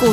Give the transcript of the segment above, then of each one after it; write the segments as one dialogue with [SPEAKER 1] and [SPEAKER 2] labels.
[SPEAKER 1] 股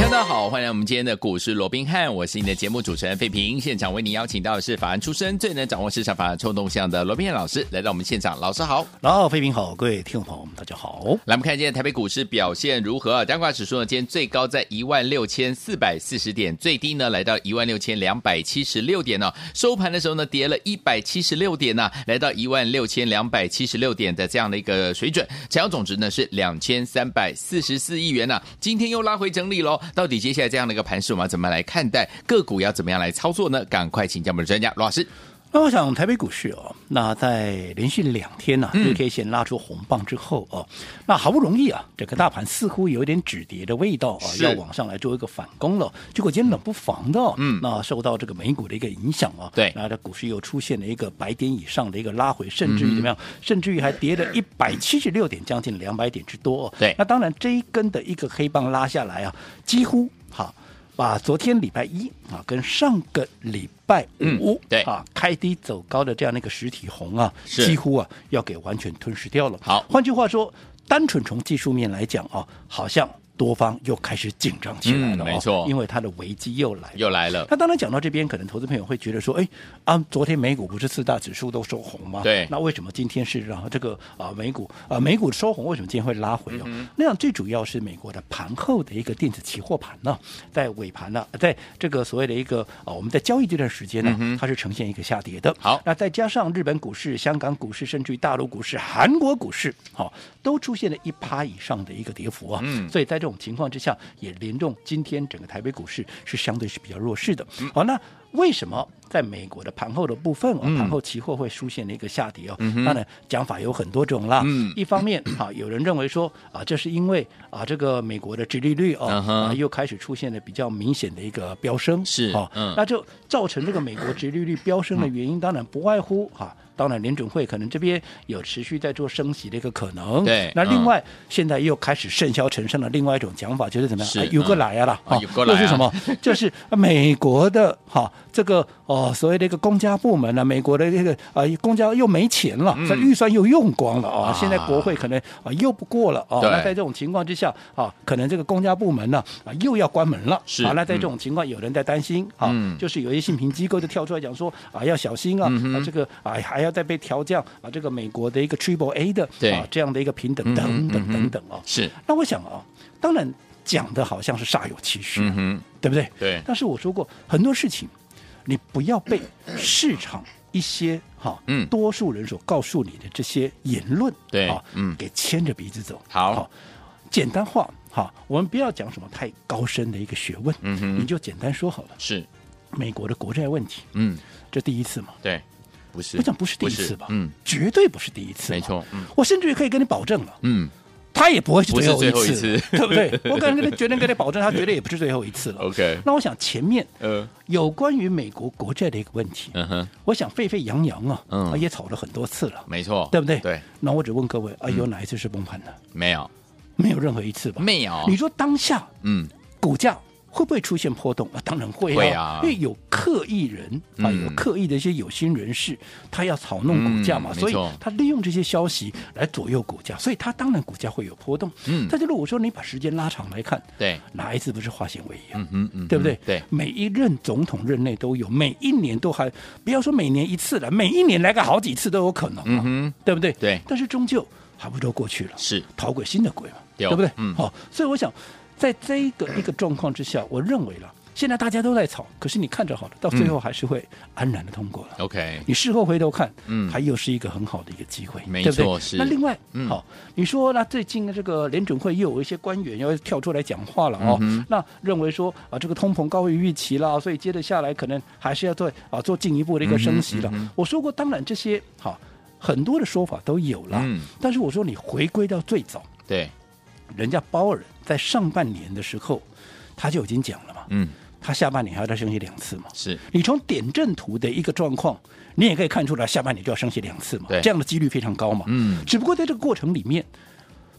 [SPEAKER 2] 大家好，欢迎来我们今天的股市罗宾汉，我是你的节目主持人费平。现场为您邀请到的是法案出身、最能掌握市场法案冲动向的罗宾汉老师，来到我们现场。老师好，
[SPEAKER 3] 老费平好，各位听众朋友们，大家好。
[SPEAKER 2] 来我们看今天台北股市表现如何？啊加挂指数呢，今天最高在一万六千四百四十点，最低呢来到一万六千两百七十六点哦。收盘的时候呢，跌了一百七十六点呢、啊来到一万六千两百七十六点的这样的一个水准，成交总值呢是两千三百四十四亿元呢、今天又拉回整理喽，到底接下来这样的一个盘势，我们要怎么来看待个股，要怎么样来操作呢？赶快请教我们的专家罗老师。
[SPEAKER 3] 那我想台北股市哦，那在连续两天呢、
[SPEAKER 2] 嗯
[SPEAKER 3] 日 K 线拉出红棒之后哦，那好不容易啊，整个大盘似乎有点止跌的味道啊，
[SPEAKER 2] 是
[SPEAKER 3] 要往上来做一个反攻了。结果今天冷不防的、哦，
[SPEAKER 2] 嗯
[SPEAKER 3] 那受到这个美股的一个影响啊，
[SPEAKER 2] 对
[SPEAKER 3] 那这股市又出现了一个百点以上的一个拉回，甚至于怎么样，
[SPEAKER 2] 嗯
[SPEAKER 3] 甚至于还跌了一百七十六点，将近两百点之多、哦。
[SPEAKER 2] 对
[SPEAKER 3] 那当然这一根的一个黑棒拉下来啊，几乎好。把昨天礼拜一啊，跟上个礼拜五、
[SPEAKER 2] 嗯对
[SPEAKER 3] 啊开低走高的这样的一个实体红啊，
[SPEAKER 2] 是
[SPEAKER 3] 几乎啊要给完全吞噬掉了。
[SPEAKER 2] 好
[SPEAKER 3] 换句话说，单纯从技术面来讲啊，好像多方又开始紧张起来了、
[SPEAKER 2] 嗯
[SPEAKER 3] 哦
[SPEAKER 2] 没错
[SPEAKER 3] 因为它的危机又来了。
[SPEAKER 2] 又来了，
[SPEAKER 3] 那当然讲到这边，可能投资朋友会觉得说，哎啊，昨天美股不是四大指数都收红吗？
[SPEAKER 2] 对
[SPEAKER 3] 那为什么今天是让这个啊美股啊美股收红，为什么今天会拉回哦？
[SPEAKER 2] 嗯
[SPEAKER 3] 那样最主要是美国的盘后的一个电子期货盘呢，在尾盘呢，在这个所谓的一个啊我们在交易这段时间呢，它是呈现一个下跌的。
[SPEAKER 2] 嗯好
[SPEAKER 3] 那再加上日本股市、香港股市，甚至于大陆股市、韩国股市，好、都出现了一趴以上的一个跌幅啊。
[SPEAKER 2] 嗯
[SPEAKER 3] 所以在这种情况之下，也联动今天整个台北股市是相对是比较弱势的。好，那为什么在美国的盘后的部分哦，
[SPEAKER 2] 嗯
[SPEAKER 3] 盘后期货会出现了一个下跌哦？当然讲法有很多种啦。
[SPEAKER 2] 嗯
[SPEAKER 3] 一方面啊，有人认为说啊，这是因为啊这个美国的殖利率哦、
[SPEAKER 2] 嗯哼
[SPEAKER 3] 啊又开始出现了比较明显的一个飙升，
[SPEAKER 2] 是
[SPEAKER 3] 哦，
[SPEAKER 2] 嗯
[SPEAKER 3] 那就造成这个美国殖利率飙升的原因，当然不外乎哈、当然联准会可能这边有持续在做升息的一个可能。
[SPEAKER 2] 对
[SPEAKER 3] 那另
[SPEAKER 2] 嗯
[SPEAKER 3] 外、现在又开始盛嚣尘上的另外一种讲法，就是怎么样？
[SPEAKER 2] 是
[SPEAKER 3] 哎有个
[SPEAKER 2] 嗯
[SPEAKER 3] 来啊啦，
[SPEAKER 2] 啊有个来啊
[SPEAKER 3] 又是什 么？就是美国的哈、这个哦所谓的一个公家部门呢、美国的这个啊、公家又没钱了，这、预算又用光了
[SPEAKER 2] 嗯
[SPEAKER 3] 啊、
[SPEAKER 2] 啊
[SPEAKER 3] 现在国会可能啊、又不过了啊、
[SPEAKER 2] 对
[SPEAKER 3] 那在这种情况之下啊、可能这个公家部门呢啊、又要关门了。
[SPEAKER 2] 是
[SPEAKER 3] 啊，那在这种情况，有人在担心啊、
[SPEAKER 2] 嗯
[SPEAKER 3] 就是有一些信评机构就跳出来讲 说啊要小心啊，啊这个啊还要再被调降啊这个美国的一个 Triple A 的
[SPEAKER 2] 对嗯
[SPEAKER 3] 啊这样的一个平等等等等等哦。
[SPEAKER 2] 是，
[SPEAKER 3] 那我想啊，当然讲的好像是煞有其事，啊
[SPEAKER 2] 嗯哼，
[SPEAKER 3] 对不对？
[SPEAKER 2] 对
[SPEAKER 3] 但是我说过，很多事情你不要被市场一些哈、
[SPEAKER 2] 嗯
[SPEAKER 3] 多数人所告诉你的这些言论，
[SPEAKER 2] 对
[SPEAKER 3] 啊，
[SPEAKER 2] 嗯
[SPEAKER 3] 给牵着鼻子走。
[SPEAKER 2] 好
[SPEAKER 3] 简单化哈、我们不要讲什么太高深的一个学问，
[SPEAKER 2] 嗯哼
[SPEAKER 3] 你就简单说好了。
[SPEAKER 2] 是，
[SPEAKER 3] 美国的国债问题，
[SPEAKER 2] 嗯，
[SPEAKER 3] 这第一次嘛，
[SPEAKER 2] 对，不是，
[SPEAKER 3] 我想不是第一次吧，
[SPEAKER 2] 嗯，
[SPEAKER 3] 绝对不是第一次，
[SPEAKER 2] 没错，嗯。
[SPEAKER 3] 我甚至于可以跟你保证了。
[SPEAKER 2] 嗯，
[SPEAKER 3] 他也不会是
[SPEAKER 2] 不是
[SPEAKER 3] 最后
[SPEAKER 2] 最
[SPEAKER 3] 一
[SPEAKER 2] 后一
[SPEAKER 3] 次，
[SPEAKER 2] 次嗯
[SPEAKER 3] 对不对？ 我敢跟你绝对跟你保证，他绝对也不是最后一次了。
[SPEAKER 2] OK
[SPEAKER 3] 那我想前面
[SPEAKER 2] 呃，
[SPEAKER 3] 有关于美国国债的一个问题，
[SPEAKER 2] 嗯哼，
[SPEAKER 3] 我想沸沸扬扬啊，
[SPEAKER 2] 嗯
[SPEAKER 3] 啊也吵了很多次了，
[SPEAKER 2] 没错，
[SPEAKER 3] 对不对？
[SPEAKER 2] 对，。
[SPEAKER 3] 那我只问各位啊，有哪一次是崩盘的？
[SPEAKER 2] 没有，
[SPEAKER 3] 没有任何一次吧？
[SPEAKER 2] 没有，
[SPEAKER 3] 你说当下
[SPEAKER 2] 嗯，
[SPEAKER 3] 股价会不会出现波动啊？当然会啊，
[SPEAKER 2] 会啊
[SPEAKER 3] 因为有刻意人啊，
[SPEAKER 2] 嗯
[SPEAKER 3] 有刻意的一些有心人士，他要炒弄股价嘛，
[SPEAKER 2] 嗯
[SPEAKER 3] 所以
[SPEAKER 2] 没错
[SPEAKER 3] 他利用这些消息来左右股价，所以他当然股价会有波动。
[SPEAKER 2] 嗯
[SPEAKER 3] 但是如果说你把时间拉长来看，
[SPEAKER 2] 对，
[SPEAKER 3] 哪一次不是化险为夷啊？
[SPEAKER 2] 嗯哼，嗯哼，
[SPEAKER 3] 对不对？
[SPEAKER 2] 对，
[SPEAKER 3] 每一任总统任内都有，每一年都还不要说每年一次了，每一年来个好几次都有可能、啊，
[SPEAKER 2] 嗯哼，
[SPEAKER 3] 对不对？
[SPEAKER 2] 对
[SPEAKER 3] 但是终究还不都过去了，
[SPEAKER 2] 是，
[SPEAKER 3] 逃鬼新的鬼嘛，
[SPEAKER 2] 对
[SPEAKER 3] 对
[SPEAKER 2] 哦
[SPEAKER 3] 不对？好、
[SPEAKER 2] 嗯
[SPEAKER 3] 所以我想，在这一个一个状况之下，我认为了，现在大家都在吵，可是你看着好了，到
[SPEAKER 2] 嗯
[SPEAKER 3] 最后还是会安然的通过了。
[SPEAKER 2] OK，
[SPEAKER 3] 你事后回头看，
[SPEAKER 2] 嗯
[SPEAKER 3] 还又是一个很好的一个机会，
[SPEAKER 2] 没
[SPEAKER 3] 对不对
[SPEAKER 2] 错是
[SPEAKER 3] 那另外，
[SPEAKER 2] 嗯
[SPEAKER 3] 好，你说那最近这个联准会又有一些官员要跳出来讲话了哦，
[SPEAKER 2] 嗯
[SPEAKER 3] 那认为说啊，这个通膨高于预期啦，所以接着下来可能还是要做啊做进一步的一
[SPEAKER 2] 嗯
[SPEAKER 3] 个升息了。我说过，当然这些好很多的说法都有了，
[SPEAKER 2] 嗯
[SPEAKER 3] 但是我说你回归到最早，
[SPEAKER 2] 对，
[SPEAKER 3] 人家鲍尔在上半年的时候他就已经讲了嘛，
[SPEAKER 2] 嗯，
[SPEAKER 3] 它下半年还要再升息两次嘛。
[SPEAKER 2] 是
[SPEAKER 3] 你从点阵图的一个状况，你也可以看出来，下半年就要升息两次嘛
[SPEAKER 2] 对，
[SPEAKER 3] 这样的几率非常高嘛。
[SPEAKER 2] 嗯
[SPEAKER 3] 只不过在这个过程里面，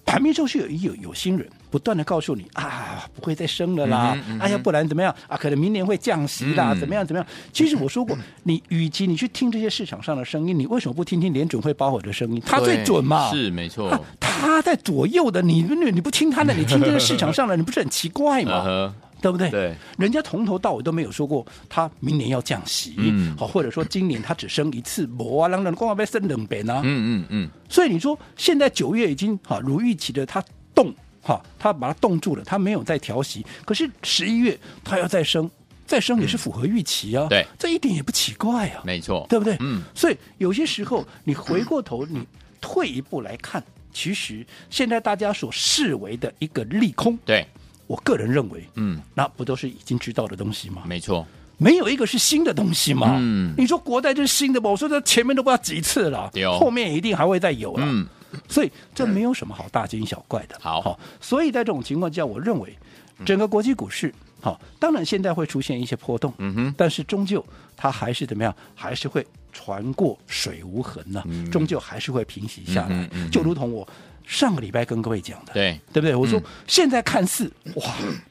[SPEAKER 3] 盘面上是有有有心人不断的告诉你啊，不会再升了啦，哎呀，不然怎么样啊？可能明年会降息啦，
[SPEAKER 2] 嗯
[SPEAKER 3] 怎么样怎么样？其实我说过，你与其你去听这些市场上的声音，你为什么不听听联准会包尔的声音？他最
[SPEAKER 2] 对
[SPEAKER 3] 准嘛。
[SPEAKER 2] 是没错
[SPEAKER 3] 啊。他在左右的，你你你不听他的，你听这个市场上的，你不是很奇怪
[SPEAKER 2] 嗯
[SPEAKER 3] 吗？
[SPEAKER 2] 哼
[SPEAKER 3] 对不对？
[SPEAKER 2] 对，
[SPEAKER 3] 人家从头到尾都没有说过他明年要降息，
[SPEAKER 2] 嗯
[SPEAKER 3] 好、或者说今年他只升一次，没啊，让人光被升冷杯呢。
[SPEAKER 2] 嗯嗯嗯，
[SPEAKER 3] 所以你说现在九月已经哈、如预期的，他动哈、他把它冻住了，他没有再调息。可是十一月他要再升，再升也是符合预期啊，
[SPEAKER 2] 嗯对
[SPEAKER 3] 这一点也不奇怪啊。
[SPEAKER 2] 没错，
[SPEAKER 3] 对不对？
[SPEAKER 2] 嗯，
[SPEAKER 3] 所以有些时候你回过头，你退一步来看，其实现在大家所视为的一个利空，
[SPEAKER 2] 对，
[SPEAKER 3] 我个人认为，
[SPEAKER 2] 嗯，
[SPEAKER 3] 那不都是已经知道的东西吗？
[SPEAKER 2] 没错，
[SPEAKER 3] 没有一个是新的东西嘛。
[SPEAKER 2] 嗯
[SPEAKER 3] 你说国债就是新的吧？我说这前面都不知道几次了
[SPEAKER 2] 对哦，
[SPEAKER 3] 后面一定还会再有了。
[SPEAKER 2] 嗯，
[SPEAKER 3] 所以这没有什么好大惊小怪的。
[SPEAKER 2] 好嗯
[SPEAKER 3] 所以在这种情况之下，我认为整个国际股市。好，当然现在会出现一些波动，
[SPEAKER 2] 嗯哼，
[SPEAKER 3] 但是终究它还是怎么样，还是会船过水无痕呐、终究还是会平息下来，
[SPEAKER 2] 嗯哼嗯哼
[SPEAKER 3] 就如同我上个礼拜跟各位讲的，
[SPEAKER 2] 对，
[SPEAKER 3] 对不对？我说、
[SPEAKER 2] 嗯
[SPEAKER 3] 现在看似哇，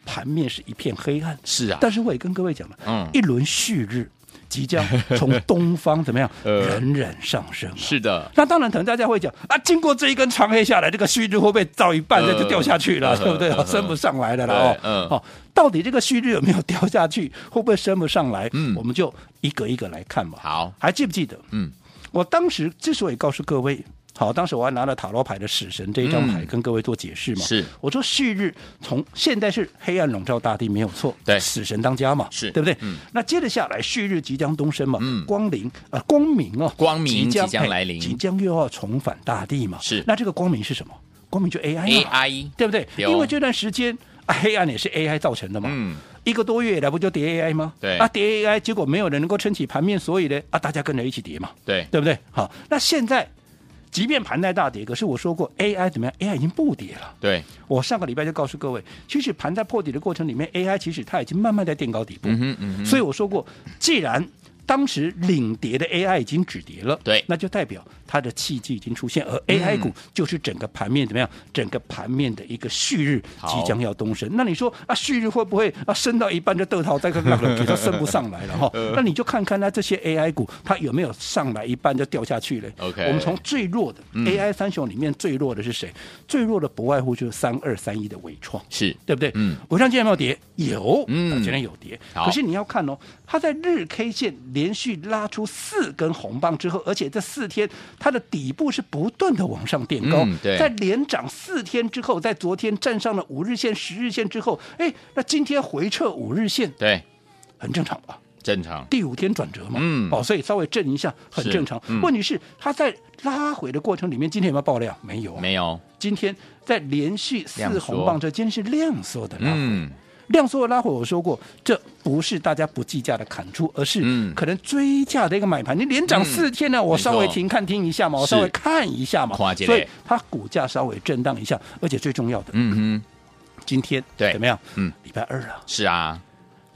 [SPEAKER 3] 盘面是一片黑暗，
[SPEAKER 2] 是啊，
[SPEAKER 3] 但是我也跟各位讲了，
[SPEAKER 2] 嗯
[SPEAKER 3] 一轮旭日即将从东方怎么样
[SPEAKER 2] 呃
[SPEAKER 3] 冉冉上升啊、
[SPEAKER 2] 是的，
[SPEAKER 3] 那当然，可能大家会讲啊，经过这一根长黑下来，这个旭日会不会到一半
[SPEAKER 2] 呃
[SPEAKER 3] 这就掉下去了，
[SPEAKER 2] 呃
[SPEAKER 3] 对不对？
[SPEAKER 2] 呃
[SPEAKER 3] 哦升不上来了啦哦
[SPEAKER 2] 对嗯，
[SPEAKER 3] 哦，到底这个旭日有没有掉下去，会不会升不上来？
[SPEAKER 2] 嗯
[SPEAKER 3] 我们就一个一个来看吧。
[SPEAKER 2] 好，
[SPEAKER 3] 还记不记得
[SPEAKER 2] 嗯，
[SPEAKER 3] 我当时之所以告诉各位，好，当时我还拿了塔罗牌的死神这一张牌
[SPEAKER 2] 嗯
[SPEAKER 3] 跟各位做解释嘛。
[SPEAKER 2] 是
[SPEAKER 3] 我说旭日从现在是黑暗笼罩大地，没有错，
[SPEAKER 2] 对
[SPEAKER 3] 死神当家嘛，
[SPEAKER 2] 是
[SPEAKER 3] 对不对？
[SPEAKER 2] 嗯
[SPEAKER 3] 那接着下来，旭日即将东升嘛，
[SPEAKER 2] 嗯
[SPEAKER 3] 光临啊、呃光明哦，
[SPEAKER 2] 光明
[SPEAKER 3] 即将
[SPEAKER 2] 即将
[SPEAKER 3] 哎
[SPEAKER 2] 来临
[SPEAKER 3] 即将又要重返大地嘛。
[SPEAKER 2] 是
[SPEAKER 3] 那这个光明是什么？光明就 AI 嘛
[SPEAKER 2] AI
[SPEAKER 3] 对不对？
[SPEAKER 2] 对哦
[SPEAKER 3] 因为这段时间、啊黑暗也是 AI 造成的嘛。
[SPEAKER 2] 嗯
[SPEAKER 3] 一个多月来不就跌 AI 吗？
[SPEAKER 2] 对
[SPEAKER 3] 啊，跌 AI，结果没有人能够撑起盘面，所以呢，啊，大家跟着一起跌嘛，
[SPEAKER 2] 对，
[SPEAKER 3] 对不对？好，那现在即便盘在大跌，可是我说过 AI 怎么样？AI 已经不跌了。
[SPEAKER 2] 对，
[SPEAKER 3] 我上个礼拜就告诉各位，其实盘在破底的过程里面，AI 其实它已经慢慢在垫高底部。
[SPEAKER 2] 嗯哼嗯哼，
[SPEAKER 3] 所以我说过，既然当时领跌的 AI 已经止跌了，
[SPEAKER 2] 对嗯
[SPEAKER 3] 那就代表它的契机已经出现，而 AI 股就是整个盘面怎么样？整个盘面的一个旭日即
[SPEAKER 2] 好
[SPEAKER 3] 将要东升。那你说啊，旭日会不会啊升到一半就得逃，再看看了，给它升不上来 了哈？
[SPEAKER 2] 呃
[SPEAKER 3] 那你就看看它这些 AI 股，它有没有上来一半就掉下去嘞
[SPEAKER 2] OK 嗯
[SPEAKER 3] 我们从最弱的、AI 三雄里面最弱的是谁？最弱的不外乎就是三二三一的伟创。
[SPEAKER 2] 是，
[SPEAKER 3] 对不对？
[SPEAKER 2] 嗯，
[SPEAKER 3] 尾上今天有没有跌？有，
[SPEAKER 2] 嗯
[SPEAKER 3] 啊今天有跌。
[SPEAKER 2] 好
[SPEAKER 3] 可是你要看哦，它在日 K 线连续拉出四根红棒之后，而且这四天它的底部是不断的往上垫高，
[SPEAKER 2] 嗯对
[SPEAKER 3] 在连涨四天之后，在昨天站上了五日线、十日线之后，哎，那今天回撤五日线
[SPEAKER 2] 对，
[SPEAKER 3] 很正常吧？
[SPEAKER 2] 正常，
[SPEAKER 3] 第五天转折嘛，
[SPEAKER 2] 嗯
[SPEAKER 3] 哦，所以稍微震一下很
[SPEAKER 2] 是
[SPEAKER 3] 正常。
[SPEAKER 2] 嗯
[SPEAKER 3] 问题是它在拉回的过程里面，今天有没有爆量？没有啊，
[SPEAKER 2] 没有，
[SPEAKER 3] 今天在连续
[SPEAKER 2] 量缩
[SPEAKER 3] 四红棒，这今天是量缩的拉回。
[SPEAKER 2] 嗯，
[SPEAKER 3] 量缩的拉回，我说过，这不是大家不计价的砍出，而是
[SPEAKER 2] 嗯
[SPEAKER 3] 可能追价的一个买盘。你连涨四天呢，我稍微停看听一下嘛，我
[SPEAKER 2] 是
[SPEAKER 3] 稍微看一下嘛
[SPEAKER 2] 看一，下
[SPEAKER 3] 所以它股价稍微震荡一下，而且最重要的，
[SPEAKER 2] 嗯哼，
[SPEAKER 3] 今天
[SPEAKER 2] 对
[SPEAKER 3] 怎么样？
[SPEAKER 2] 嗯，
[SPEAKER 3] 礼拜二啊，
[SPEAKER 2] 是啊，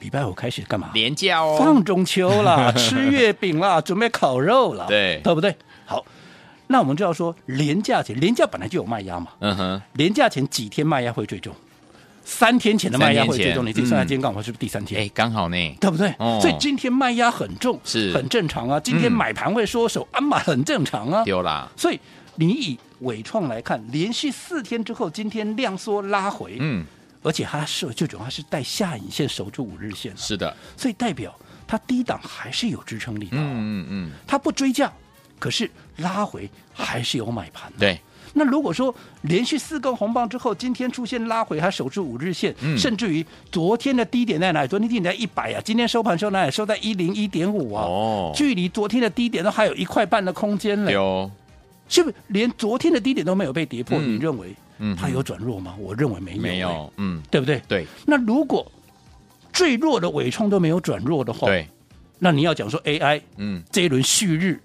[SPEAKER 3] 礼拜五开始干嘛？
[SPEAKER 2] 廉价哦，
[SPEAKER 3] 放中秋啦， 吃月饼啦，准备烤肉啦，
[SPEAKER 2] 对
[SPEAKER 3] 对不对？好，那我们就要说廉价前，廉价本来就有卖压嘛，
[SPEAKER 2] 嗯哼，
[SPEAKER 3] 廉价前几天卖压会最重，三天前的卖压会最
[SPEAKER 2] 三天前
[SPEAKER 3] 重，你自己算下
[SPEAKER 2] 嗯
[SPEAKER 3] 今天刚好是不是第三天？
[SPEAKER 2] 哎，刚好呢，
[SPEAKER 3] 对不对？
[SPEAKER 2] 哦
[SPEAKER 3] 所以今天卖压很重，
[SPEAKER 2] 是嗯
[SPEAKER 3] 很正常啊。今天买盘会缩手，啊买很正常啊。
[SPEAKER 2] 丢啦，
[SPEAKER 3] 所以你以伟创来看，连续四天之后，今天量缩拉回，
[SPEAKER 2] 嗯，
[SPEAKER 3] 而且它是最主要它是带下影线守住五日线、啊，
[SPEAKER 2] 是的，
[SPEAKER 3] 所以代表它低档还是有支撑力的、啊。
[SPEAKER 2] 嗯嗯嗯，
[SPEAKER 3] 它不追价，可是拉回还是有买盘、啊。
[SPEAKER 2] 对，
[SPEAKER 3] 那如果说连续四根红棒之后，今天出现拉回，还守住五日线，
[SPEAKER 2] 嗯
[SPEAKER 3] 甚至于昨天的低点在哪里？昨天低点在一百啊，今天收盘收哪里？收在一零一点五啊，
[SPEAKER 2] 哦
[SPEAKER 3] 距离昨天的低点都还有一块半的空间嘞，
[SPEAKER 2] 丢，
[SPEAKER 3] 是不是？连昨天的低点都没有被跌破，
[SPEAKER 2] 嗯
[SPEAKER 3] 你认为
[SPEAKER 2] 嗯哼
[SPEAKER 3] 它有转弱吗？我认为没有，哎
[SPEAKER 2] 没，有，嗯，
[SPEAKER 3] 对不对？
[SPEAKER 2] 对
[SPEAKER 3] 那如果最弱的尾创都没有转弱的话，
[SPEAKER 2] 对，
[SPEAKER 3] 那你要讲说 AI
[SPEAKER 2] 嗯，
[SPEAKER 3] 这一轮 旭日，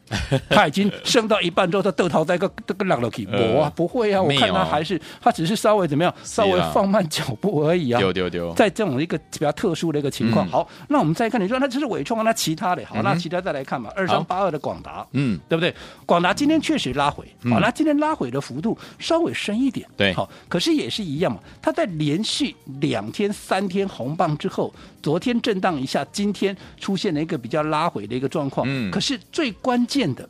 [SPEAKER 3] 它已经升到一半之后，它豆淘在个这个浪了去，我啊不会啊，我
[SPEAKER 2] 呃没有啊
[SPEAKER 3] 看它还是它只是稍微怎么样，稍微放慢脚步而已啊。
[SPEAKER 2] 丢丢丢，
[SPEAKER 3] 在这种一个比较特殊的一个情况，
[SPEAKER 2] 嗯
[SPEAKER 3] 好，那我们再看，你说那这是伟创啊，那其他的，好，
[SPEAKER 2] 嗯哼
[SPEAKER 3] 那其他再来看嘛，二三八二的广达，
[SPEAKER 2] 嗯，
[SPEAKER 3] 对不对？广达今天确实拉回，
[SPEAKER 2] 嗯
[SPEAKER 3] 好，那今天拉回的幅度稍微深一点，
[SPEAKER 2] 对
[SPEAKER 3] 好，可是也是一样嘛，它在连续两天、三天红棒之后，昨天震荡一下，今天出现了一个比较拉回的一个状况，
[SPEAKER 2] 嗯
[SPEAKER 3] 可是最关键的。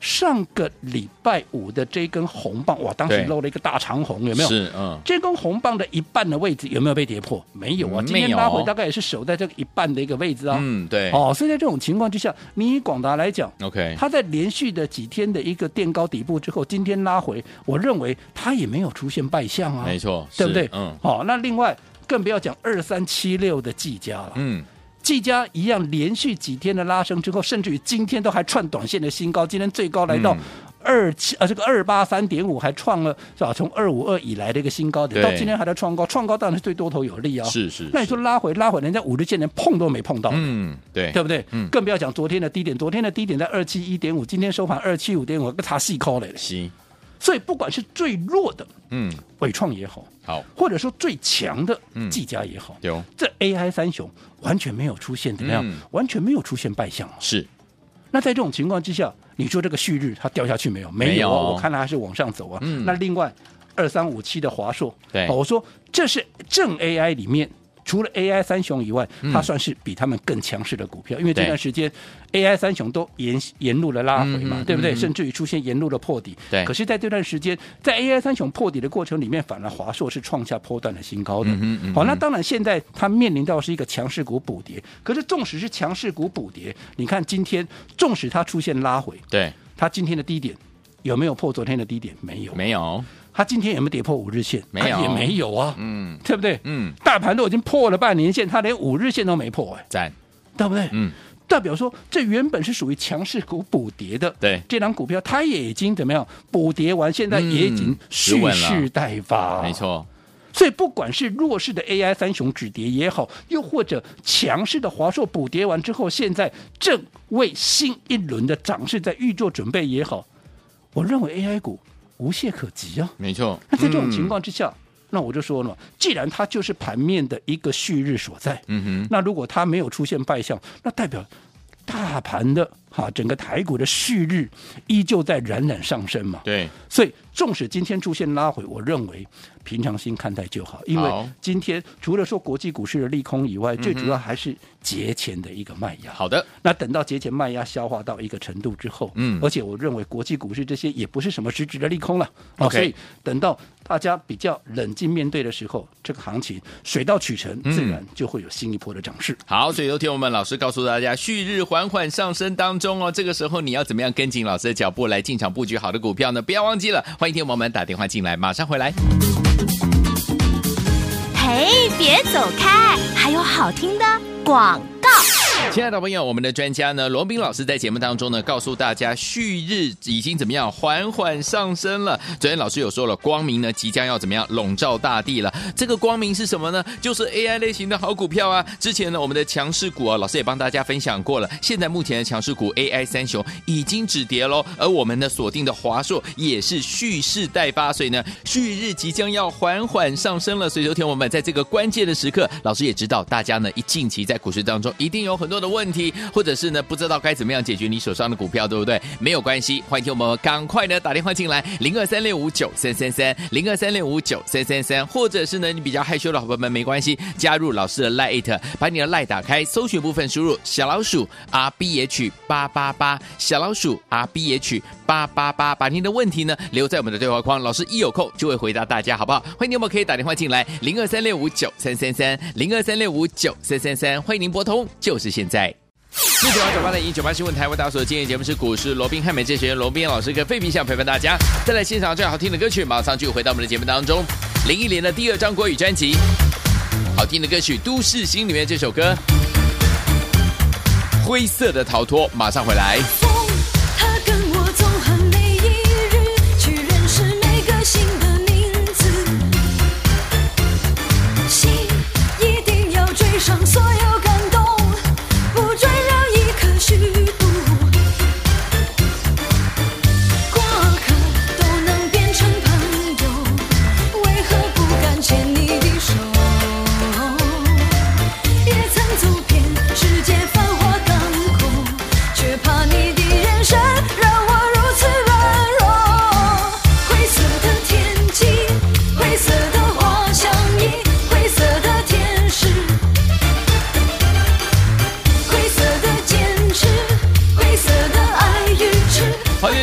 [SPEAKER 3] 上个礼拜五的这根红棒，哇，当时
[SPEAKER 2] 对
[SPEAKER 3] 露了一个大长红，有没有？
[SPEAKER 2] 是嗯，
[SPEAKER 3] 这根红棒的一半的位置有没有被跌破？没有啊，
[SPEAKER 2] 嗯
[SPEAKER 3] 今
[SPEAKER 2] 没
[SPEAKER 3] 天
[SPEAKER 2] 有
[SPEAKER 3] 拉回大概也是守在这个一半的一个位置啊。
[SPEAKER 2] 嗯，对
[SPEAKER 3] 哦，所以在这种情况之下，你以广达来讲，
[SPEAKER 2] ，OK，
[SPEAKER 3] 它在连续的几天的一个垫高底部之后，今天拉回，我认为它也没有出现败相啊，
[SPEAKER 2] 没错，
[SPEAKER 3] 对不
[SPEAKER 2] 是
[SPEAKER 3] 对？
[SPEAKER 2] 嗯
[SPEAKER 3] 好、那另外更不要讲二三七六的技嘉了，
[SPEAKER 2] 嗯，
[SPEAKER 3] 技嘉一样连续几天的拉升之后，甚至于今天都还创短线的新高，今天最高来到
[SPEAKER 2] 嗯
[SPEAKER 3] 二七、呃这个二八三点五，还创了是吧？从二五二以来的一个新高点，
[SPEAKER 2] 对
[SPEAKER 3] 到今天还在创高，创高当然是对多头有利啊、
[SPEAKER 2] 是是，
[SPEAKER 3] 那你说
[SPEAKER 2] 是
[SPEAKER 3] 拉回拉回，人家五日线连碰都没碰到，
[SPEAKER 2] 嗯，对，
[SPEAKER 3] 对不对？
[SPEAKER 2] 嗯
[SPEAKER 3] 更不要讲昨天的低点，昨天的低点在二七一点五，今天收盘二七五点五，个差细扣嘞。
[SPEAKER 2] 行，
[SPEAKER 3] 所以不管是最弱的
[SPEAKER 2] 嗯，
[SPEAKER 3] 伟创也好，
[SPEAKER 2] 好，
[SPEAKER 3] 或者说最强的
[SPEAKER 2] 嗯
[SPEAKER 3] 技嘉也好，
[SPEAKER 2] 丢
[SPEAKER 3] 这 AI 三雄完全没有出现怎么样？
[SPEAKER 2] 嗯
[SPEAKER 3] 完全没有出现败相啊。
[SPEAKER 2] 是，
[SPEAKER 3] 那在这种情况之下，你说这个旭日它掉下去没有？没有啊，
[SPEAKER 2] 没有
[SPEAKER 3] 我看它还是往上走啊。
[SPEAKER 2] 嗯
[SPEAKER 3] 那另外二三五七的华硕，
[SPEAKER 2] 对
[SPEAKER 3] 哦我说这是正 AI 里面。除了 AI 三雄以外，它算是比他们更强势的股票，因为这
[SPEAKER 2] 嗯对
[SPEAKER 3] 段时间 AI 三雄都沿沿路的拉回嘛，
[SPEAKER 2] 嗯嗯
[SPEAKER 3] 对不对？
[SPEAKER 2] 嗯嗯
[SPEAKER 3] 甚至于出现沿路的破底。
[SPEAKER 2] 对
[SPEAKER 3] 可是，在这段时间，在 AI 三雄破底的过程里面，反而华硕是创下波段的新高的。
[SPEAKER 2] 嗯哼嗯哼
[SPEAKER 3] 好，那当然，现在它面临到是一个强势股补跌。可是，纵使是强势股补跌，你看今天，纵使它出现拉回，
[SPEAKER 2] 对，
[SPEAKER 3] 它今天的低点有没有破昨天的低点？没有。
[SPEAKER 2] 没有，
[SPEAKER 3] 它今天有没有跌破五日线？
[SPEAKER 2] 没有
[SPEAKER 3] 它也没有啊，
[SPEAKER 2] 嗯
[SPEAKER 3] 对不对？
[SPEAKER 2] 嗯，
[SPEAKER 3] 大盘都已经破了半年线，它连五日线都没破、哎，
[SPEAKER 2] 赞，
[SPEAKER 3] 对不对？
[SPEAKER 2] 嗯，
[SPEAKER 3] 代表说，这原本是属于强势股补跌的，
[SPEAKER 2] 对
[SPEAKER 3] 这档股票它也已经怎么样补跌完，现在也已经
[SPEAKER 2] 嗯止
[SPEAKER 3] 蓄
[SPEAKER 2] 稳了
[SPEAKER 3] 势待发、
[SPEAKER 2] 没。错，
[SPEAKER 3] 所以不管是弱势的 AI 三雄止跌也好，又或者强势的华硕补跌完之后，现在正为新一轮的涨势在预做准备也好，我认为 AI 股无懈可击啊。
[SPEAKER 2] 没错，
[SPEAKER 3] 那在这种
[SPEAKER 2] 嗯
[SPEAKER 3] 情，况之下，那我就说了嘛，既然它就是盘面的一个旭日所在，
[SPEAKER 2] 嗯
[SPEAKER 3] 那如果它没有出现败相，那代表大盘的哈、整个台股的旭日依旧在冉冉上升嘛
[SPEAKER 2] 哼，。对，
[SPEAKER 3] 所以，纵使今天出现拉回，我认为平常心看待就好，因
[SPEAKER 2] 好嗯
[SPEAKER 3] 为今天除了说国际股市的利空以外，最主要还是节前的一个卖压。
[SPEAKER 2] 好的，
[SPEAKER 3] 那等到节前卖压消化到一个程度之后，
[SPEAKER 2] 嗯
[SPEAKER 3] 而且我认为国际股市这些也不是什么实质的利空了，哦
[SPEAKER 2] OK
[SPEAKER 3] 所以等到大家比较冷静面对的时候，这个行情水到渠成，
[SPEAKER 2] 嗯
[SPEAKER 3] 自然就会有新一波的涨势。
[SPEAKER 2] 好，所以有听我们老师告诉大家，旭日缓缓上升当中哦，这个时候你要怎么样跟紧老师的脚步来进场布局好的股票呢？不要忘记了，欢迎听我们打电话进来，马上回来。
[SPEAKER 1] 嘿，别走开，还有好听的广告。
[SPEAKER 2] 亲爱的朋友，我们的专家呢，罗斌老师在节目当中呢，告诉大家旭日已经怎么样缓缓上升了。昨天老师有说了，光明呢即将要怎么样笼罩大地了。这个光明是什么呢？就是 AI 类型的好股票啊。之前呢，我们的强势股啊，老师也帮大家分享过了。现在目前的强势股 AI 三雄已经止跌喽，而我们呢锁定的华硕也是蓄势待发，所以呢，旭日即将要缓缓上升了。所以，昨天我们在这个关键的时刻，老师也指导大家呢，一近期在股市当中一定有很多的问题，或者是呢不知道该怎么样解决你手上的股票，对不对？没有关系，欢迎我们赶快呢打电话进来，零二三六五九三三三，零二三六五九三三三，或者是呢你比较害羞的好朋友们没关系，加入老师的 Lite，把你的 Lite 打开，搜寻部分输入小老鼠 R B H 八八八，小老鼠 R B H 八八八，把您的问题呢留在我们的对话框，老师一有空就会回答大家，好不好？欢迎你们可以打电话进来，零二三六五九三三三，零二三六五九三三三，欢迎您拨通，就是现在。四九八九八的一九八新闻台，为大家所今天节目是股市罗宾汉美哲学院罗宾老师跟费皮想陪伴大家。再来欣赏最好听的歌曲，马上就回到我们的节目当中。林忆莲的第二张国语专辑，好听的歌曲《都市心》里面这首歌《灰色的逃脱》，马上回来。
[SPEAKER 4] 风，它跟我纵横每一日，去认识每个新的名字。心一定要追上所有感动，不坠入一颗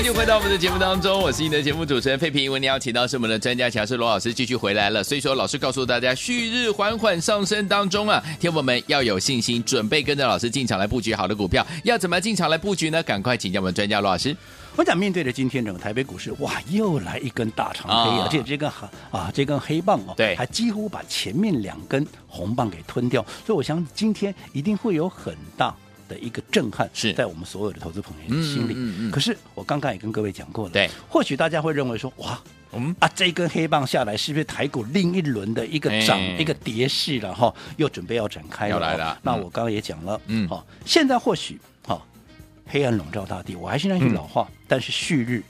[SPEAKER 2] 续回到我们的节目当中，我是你的节目主持人费平。为您邀请到是我们的专家强势罗老师继续回来了。所以说，老师告诉大家，旭日缓缓上升当中啊，天友们要有信心，准备跟着老师进场来布局好的股票。要怎么进场来布局呢？赶快请教我们专家罗老师。
[SPEAKER 3] 我想面对着今天整个台北股市，哇，又来一根大长黑
[SPEAKER 2] 啊
[SPEAKER 3] 啊！这这根哈啊，这根黑棒哦，
[SPEAKER 2] 对
[SPEAKER 3] 还几乎把前面两根红棒给吞掉，所以我想今天一定会有很大。的一个震撼
[SPEAKER 2] 是
[SPEAKER 3] 在我们所有的投资朋友的心
[SPEAKER 2] 嗯
[SPEAKER 3] 里。
[SPEAKER 2] 嗯嗯嗯
[SPEAKER 3] 可是我刚刚也跟各位讲过了，
[SPEAKER 2] 对，
[SPEAKER 3] 或许大家会认为说，哇，
[SPEAKER 2] 嗯
[SPEAKER 3] 啊，这一根黑棒下来，是不是台股另一轮的一个涨、
[SPEAKER 2] 哎
[SPEAKER 3] 一个跌势了哈？又准备要展开了哦。
[SPEAKER 2] 要来了
[SPEAKER 3] 那
[SPEAKER 2] 嗯
[SPEAKER 3] 我刚刚也讲了，
[SPEAKER 2] 嗯
[SPEAKER 3] 好、现在或许好、黑暗笼罩大地，我还是那句
[SPEAKER 2] 嗯
[SPEAKER 3] 老话，但是旭日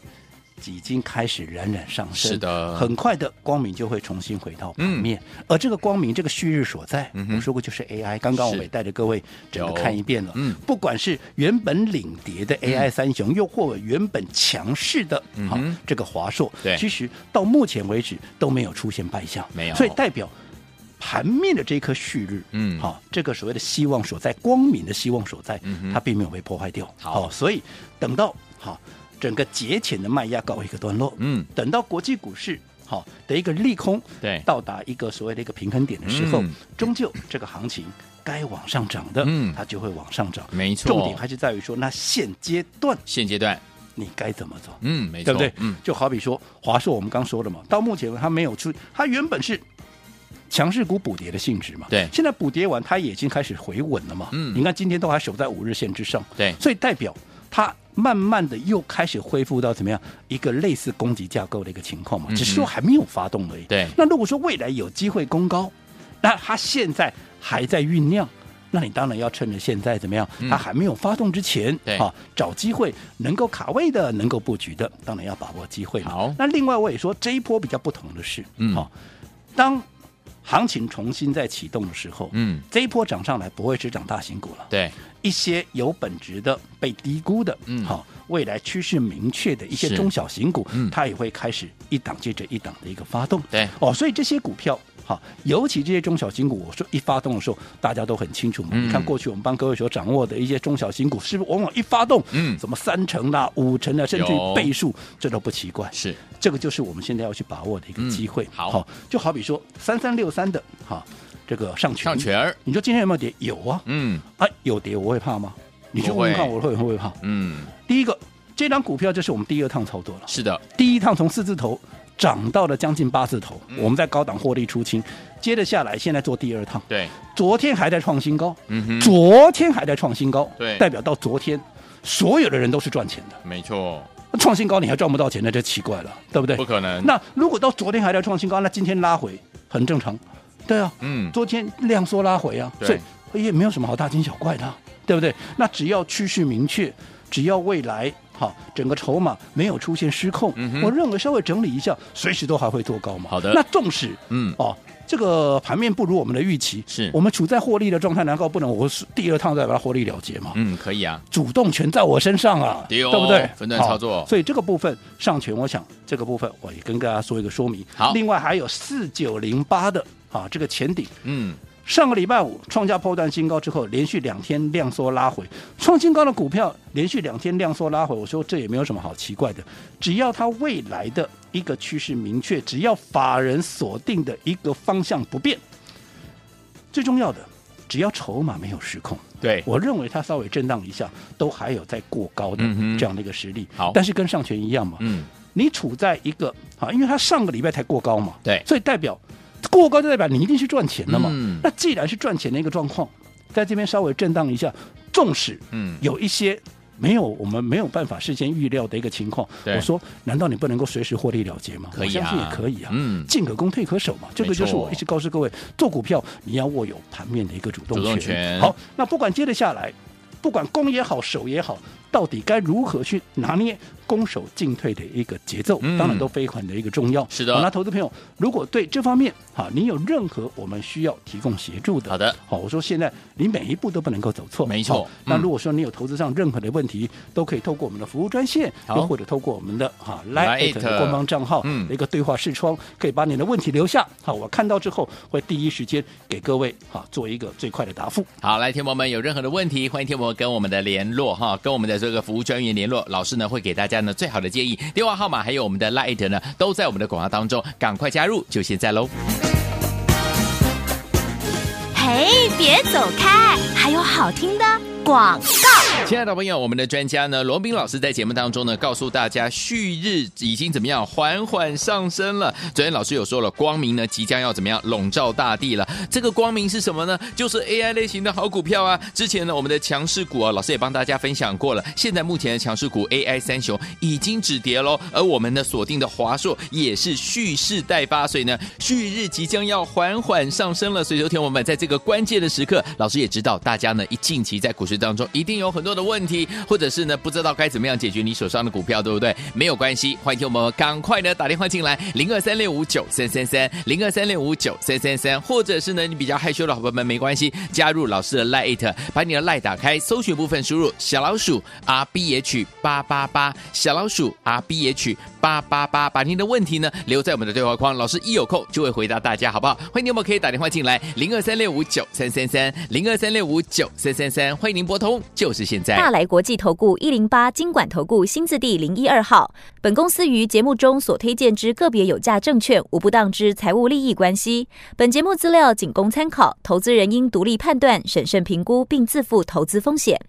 [SPEAKER 3] 已经开始冉冉上升，
[SPEAKER 2] 是的嗯
[SPEAKER 3] 很快的光明就会重新回到旁面。而这个光明，这个旭日所在，
[SPEAKER 2] 哼
[SPEAKER 3] 我说过就是 AI。刚刚我们
[SPEAKER 2] 是
[SPEAKER 3] 也带着各位整个
[SPEAKER 2] 有
[SPEAKER 3] 看一遍了，
[SPEAKER 2] 嗯
[SPEAKER 3] 不管是原本领跌的 AI 三雄，又或者原本强势的，好、
[SPEAKER 2] 嗯哼
[SPEAKER 3] 这个华硕，
[SPEAKER 2] 对
[SPEAKER 3] 其实到目前为止都没有出现败象，
[SPEAKER 2] 没有
[SPEAKER 3] 所以代表。盘面的这一颗旭日，
[SPEAKER 2] 嗯
[SPEAKER 3] 好、啊这个所谓的希望所在，光明的希望所在，
[SPEAKER 2] 嗯哼
[SPEAKER 3] 它并没有被破坏掉。
[SPEAKER 2] 好
[SPEAKER 3] 所以等到好、整个节前的卖压告一个段落，
[SPEAKER 2] 嗯，
[SPEAKER 3] 等到国际股市好、的一个利空，
[SPEAKER 2] 对
[SPEAKER 3] 到达一个所谓的一个平衡点的时候，
[SPEAKER 2] 嗯
[SPEAKER 3] 终究这个行情该往上涨的，
[SPEAKER 2] 嗯
[SPEAKER 3] 它就会往上涨。
[SPEAKER 2] 没错
[SPEAKER 3] 重点还是在于说，那现阶段
[SPEAKER 2] 现阶段，
[SPEAKER 3] 你该怎么走？
[SPEAKER 2] 嗯，没错，
[SPEAKER 3] 对不对？
[SPEAKER 2] 嗯，
[SPEAKER 3] 就好比说华硕，我们刚说了嘛，到目前为止它没有出，它原本是。强势股补跌的性质嘛，
[SPEAKER 2] 对
[SPEAKER 3] 现在补跌完，它也已经开始回稳了嘛，
[SPEAKER 2] 嗯
[SPEAKER 3] 你看今天都还守在五日线之上，
[SPEAKER 2] 对
[SPEAKER 3] 所以代表它慢慢的又开始恢复到怎么样一个类似供给架构的一个情况嘛，
[SPEAKER 2] 嗯哼
[SPEAKER 3] 只是说还没有发动而已。
[SPEAKER 2] 对
[SPEAKER 3] 那如果说未来有机会攻高，那它现在还在酝酿。那你当然要趁着现在怎么样，它还没有发动之前，
[SPEAKER 2] 嗯对
[SPEAKER 3] 啊，找机会能够卡位的、能够布局的，当然要把握机会嘛。
[SPEAKER 2] 好
[SPEAKER 3] 那另外我也说这一波比较不同的是，
[SPEAKER 2] 嗯
[SPEAKER 3] 好、当行情重新再启动的时候，
[SPEAKER 2] 嗯，
[SPEAKER 3] 这一波涨上来不会只涨大型股了，
[SPEAKER 2] 对，
[SPEAKER 3] 一些有本质的、被低估的，
[SPEAKER 2] 嗯
[SPEAKER 3] 好、未来趋势明确的一些
[SPEAKER 2] 是
[SPEAKER 3] 中小型股，
[SPEAKER 2] 嗯
[SPEAKER 3] 它也会开始一档接着一档的一个发动。
[SPEAKER 2] 对
[SPEAKER 3] 哦，所以这些股票。好，尤其这些中小型股，我说一发动的时候，大家都很清楚嘛。
[SPEAKER 2] 嗯
[SPEAKER 3] 你看过去我们帮各位所掌握的一些中小型股，是不是往往一发动，
[SPEAKER 2] 嗯
[SPEAKER 3] 什么三成啦、五成啦，甚至于
[SPEAKER 2] 有
[SPEAKER 3] 倍数，这都不奇怪。
[SPEAKER 2] 是，
[SPEAKER 3] 这个就是我们现在要去把握的一个机会。
[SPEAKER 2] 嗯好
[SPEAKER 3] 就好比说三三六三的哈，这个上权，
[SPEAKER 2] 上权儿，
[SPEAKER 3] 你说今天有没有跌？有啊，
[SPEAKER 2] 嗯
[SPEAKER 3] 啊，有跌我会怕吗？你去
[SPEAKER 2] 不
[SPEAKER 3] 问
[SPEAKER 2] 会
[SPEAKER 3] 问看，我会不会怕？
[SPEAKER 2] 嗯，
[SPEAKER 3] 第一个，这张股票这是我们第二趟操作了，
[SPEAKER 2] 是的，
[SPEAKER 3] 第一趟从四字头涨到了将近八字头，
[SPEAKER 2] 嗯
[SPEAKER 3] 我们在高档获利出清，接着下来现在做第二趟，
[SPEAKER 2] 对，
[SPEAKER 3] 昨天还在创新高，
[SPEAKER 2] 嗯哼，
[SPEAKER 3] 昨天还在创新高，
[SPEAKER 2] 对
[SPEAKER 3] 代表到昨天所有的人都是赚钱的，
[SPEAKER 2] 没错，
[SPEAKER 3] 那创新高你还赚不到钱，那就奇怪了，对不对
[SPEAKER 2] 不？可能，
[SPEAKER 3] 那如果到昨天还在创新高，那今天拉回很正常，对啊，
[SPEAKER 2] 嗯，
[SPEAKER 3] 昨天量缩拉回啊，
[SPEAKER 2] 对
[SPEAKER 3] 所以也没有什么好大惊小怪的啊、对不对？那只要趋势明确，只要未来好整个筹码没有出现失控，
[SPEAKER 2] 嗯哼
[SPEAKER 3] 我认为稍微整理一下，随时都还会做高嘛。
[SPEAKER 2] 好的
[SPEAKER 3] 那纵使
[SPEAKER 2] 嗯
[SPEAKER 3] 哦。这个盘面不如我们的预期，
[SPEAKER 2] 是
[SPEAKER 3] 我们处在获利的状态，难道不能我是第二趟再把它获利了结嘛？
[SPEAKER 2] 嗯，可以啊，
[SPEAKER 3] 主动权在我身上啊，
[SPEAKER 2] 对哦
[SPEAKER 3] 不对？
[SPEAKER 2] 分段操作
[SPEAKER 3] 好所以这个部分上权，我想这个部分我也跟大家说一个说明。
[SPEAKER 2] 好
[SPEAKER 3] 另外还有四九零八的啊，这个前顶
[SPEAKER 2] 嗯，
[SPEAKER 3] 上个礼拜五创下破断新高之后，连续两天量缩拉回，创新高的股票连续两天量缩拉回，我说这也没有什么好奇怪的，只要它未来的一个趋势明确，只要法人锁定的一个方向不变，最重要的，只要筹码没有失控，
[SPEAKER 2] 对，
[SPEAKER 3] 我认为它稍微震荡一下，都还有在过高的
[SPEAKER 2] 嗯哼
[SPEAKER 3] 这样的一个实力。
[SPEAKER 2] 好
[SPEAKER 3] 但是跟上权一样嘛，
[SPEAKER 2] 嗯，
[SPEAKER 3] 你处在一个啊，因为它上个礼拜才过高嘛，
[SPEAKER 2] 对
[SPEAKER 3] 所以代表过高就代表你一定是赚钱的嘛。
[SPEAKER 2] 嗯
[SPEAKER 3] 那既然是赚钱的一个状况，在这边稍微震荡一下，纵使
[SPEAKER 2] 嗯
[SPEAKER 3] 有一些。没有，我们没有办法事先预料的一个情况。
[SPEAKER 2] 对
[SPEAKER 3] 我说，难道你不能够随时获利了结吗？
[SPEAKER 2] 可以啊
[SPEAKER 3] 我相信也可以啊。
[SPEAKER 2] 嗯
[SPEAKER 3] 进可攻，退可守嘛。这个
[SPEAKER 2] 没错
[SPEAKER 3] 就是我一直告诉各位，做股票你要握有盘面的一个主动
[SPEAKER 2] 主动
[SPEAKER 3] 权。
[SPEAKER 2] 权
[SPEAKER 3] 好，那不管接着下来，不管攻也好，守也好，到底该如何去拿捏攻守进退的一个节奏，
[SPEAKER 2] 嗯
[SPEAKER 3] 当然都非常的一个重要。
[SPEAKER 2] 是的
[SPEAKER 3] 好那投资朋友，如果对这方面啊，你有任何我们需要提供协助的，
[SPEAKER 2] 好的，
[SPEAKER 3] 好，我说现在你每一步都不能够走错，
[SPEAKER 2] 没错
[SPEAKER 3] 好那
[SPEAKER 2] 嗯
[SPEAKER 3] 如果说你有投资上任何的问题，都可以透过我们的服务专线，
[SPEAKER 2] 好
[SPEAKER 3] 又或者透过我们的哈
[SPEAKER 2] Line
[SPEAKER 3] Lite
[SPEAKER 2] it
[SPEAKER 3] 的官方账号
[SPEAKER 2] 嗯
[SPEAKER 3] 的一个对话视窗，可以把你的问题留下。好，我看到之后会第一时间给各位哈做一个最快的答复。
[SPEAKER 2] 好，来，天友们有任何的问题，欢迎天友们跟我们的联络哈，跟我们的这个服务专员联络，老师呢会给大家家呢最好的建议。电话号码还有我们的 Light 呢，都在我们的广告当中，赶快加入，就现在喽！
[SPEAKER 1] 嘿，别走开，还有好听的广
[SPEAKER 2] 亲爱的朋友，我们的专家呢，罗斌老师在节目当中呢，告诉大家旭日已经怎么样缓缓上升了。昨天老师有说了，光明呢即将要怎么样笼罩大地了。这个光明是什么呢？就是 AI 类型的好股票啊。之前呢，我们的强势股啊，老师也帮大家分享过了。现在目前的强势股 AI 三雄已经止跌喽，而我们呢锁定的华硕也是蓄势待发，所以呢，旭日即将要缓缓上升了。所以，昨天我们在这个关键的时刻，老师也知道大家呢一近期在股市当中一定有很多的问题，或者是呢不知道该怎么样解决你手上的股票，对不对？没有关系，欢迎我们赶快呢打电话进来，零二三六五九三三三，零二三六五九三三三，或者是呢你比较害羞的伙伴们没关系，加入老师的 Lite，把你的 Lite 打开，搜寻部分输入小老鼠 R B H 八八八，小老鼠 R B H 八八八，把您的问题呢留在我们的对话框，老师一有空就会回答大家，好不好？欢迎你们可以打电话进来，零二三六五九三三三，零二三六五九三三三，欢迎您拨通，就是现在。
[SPEAKER 5] 大来国际投顾一零八金管投顾新字第零一二号。本公司于节目中所推荐之个别有价证券，无不当之财务利益关系。本节目资料仅供参考，投资人应独立判断、审慎评估，并自负投资风险。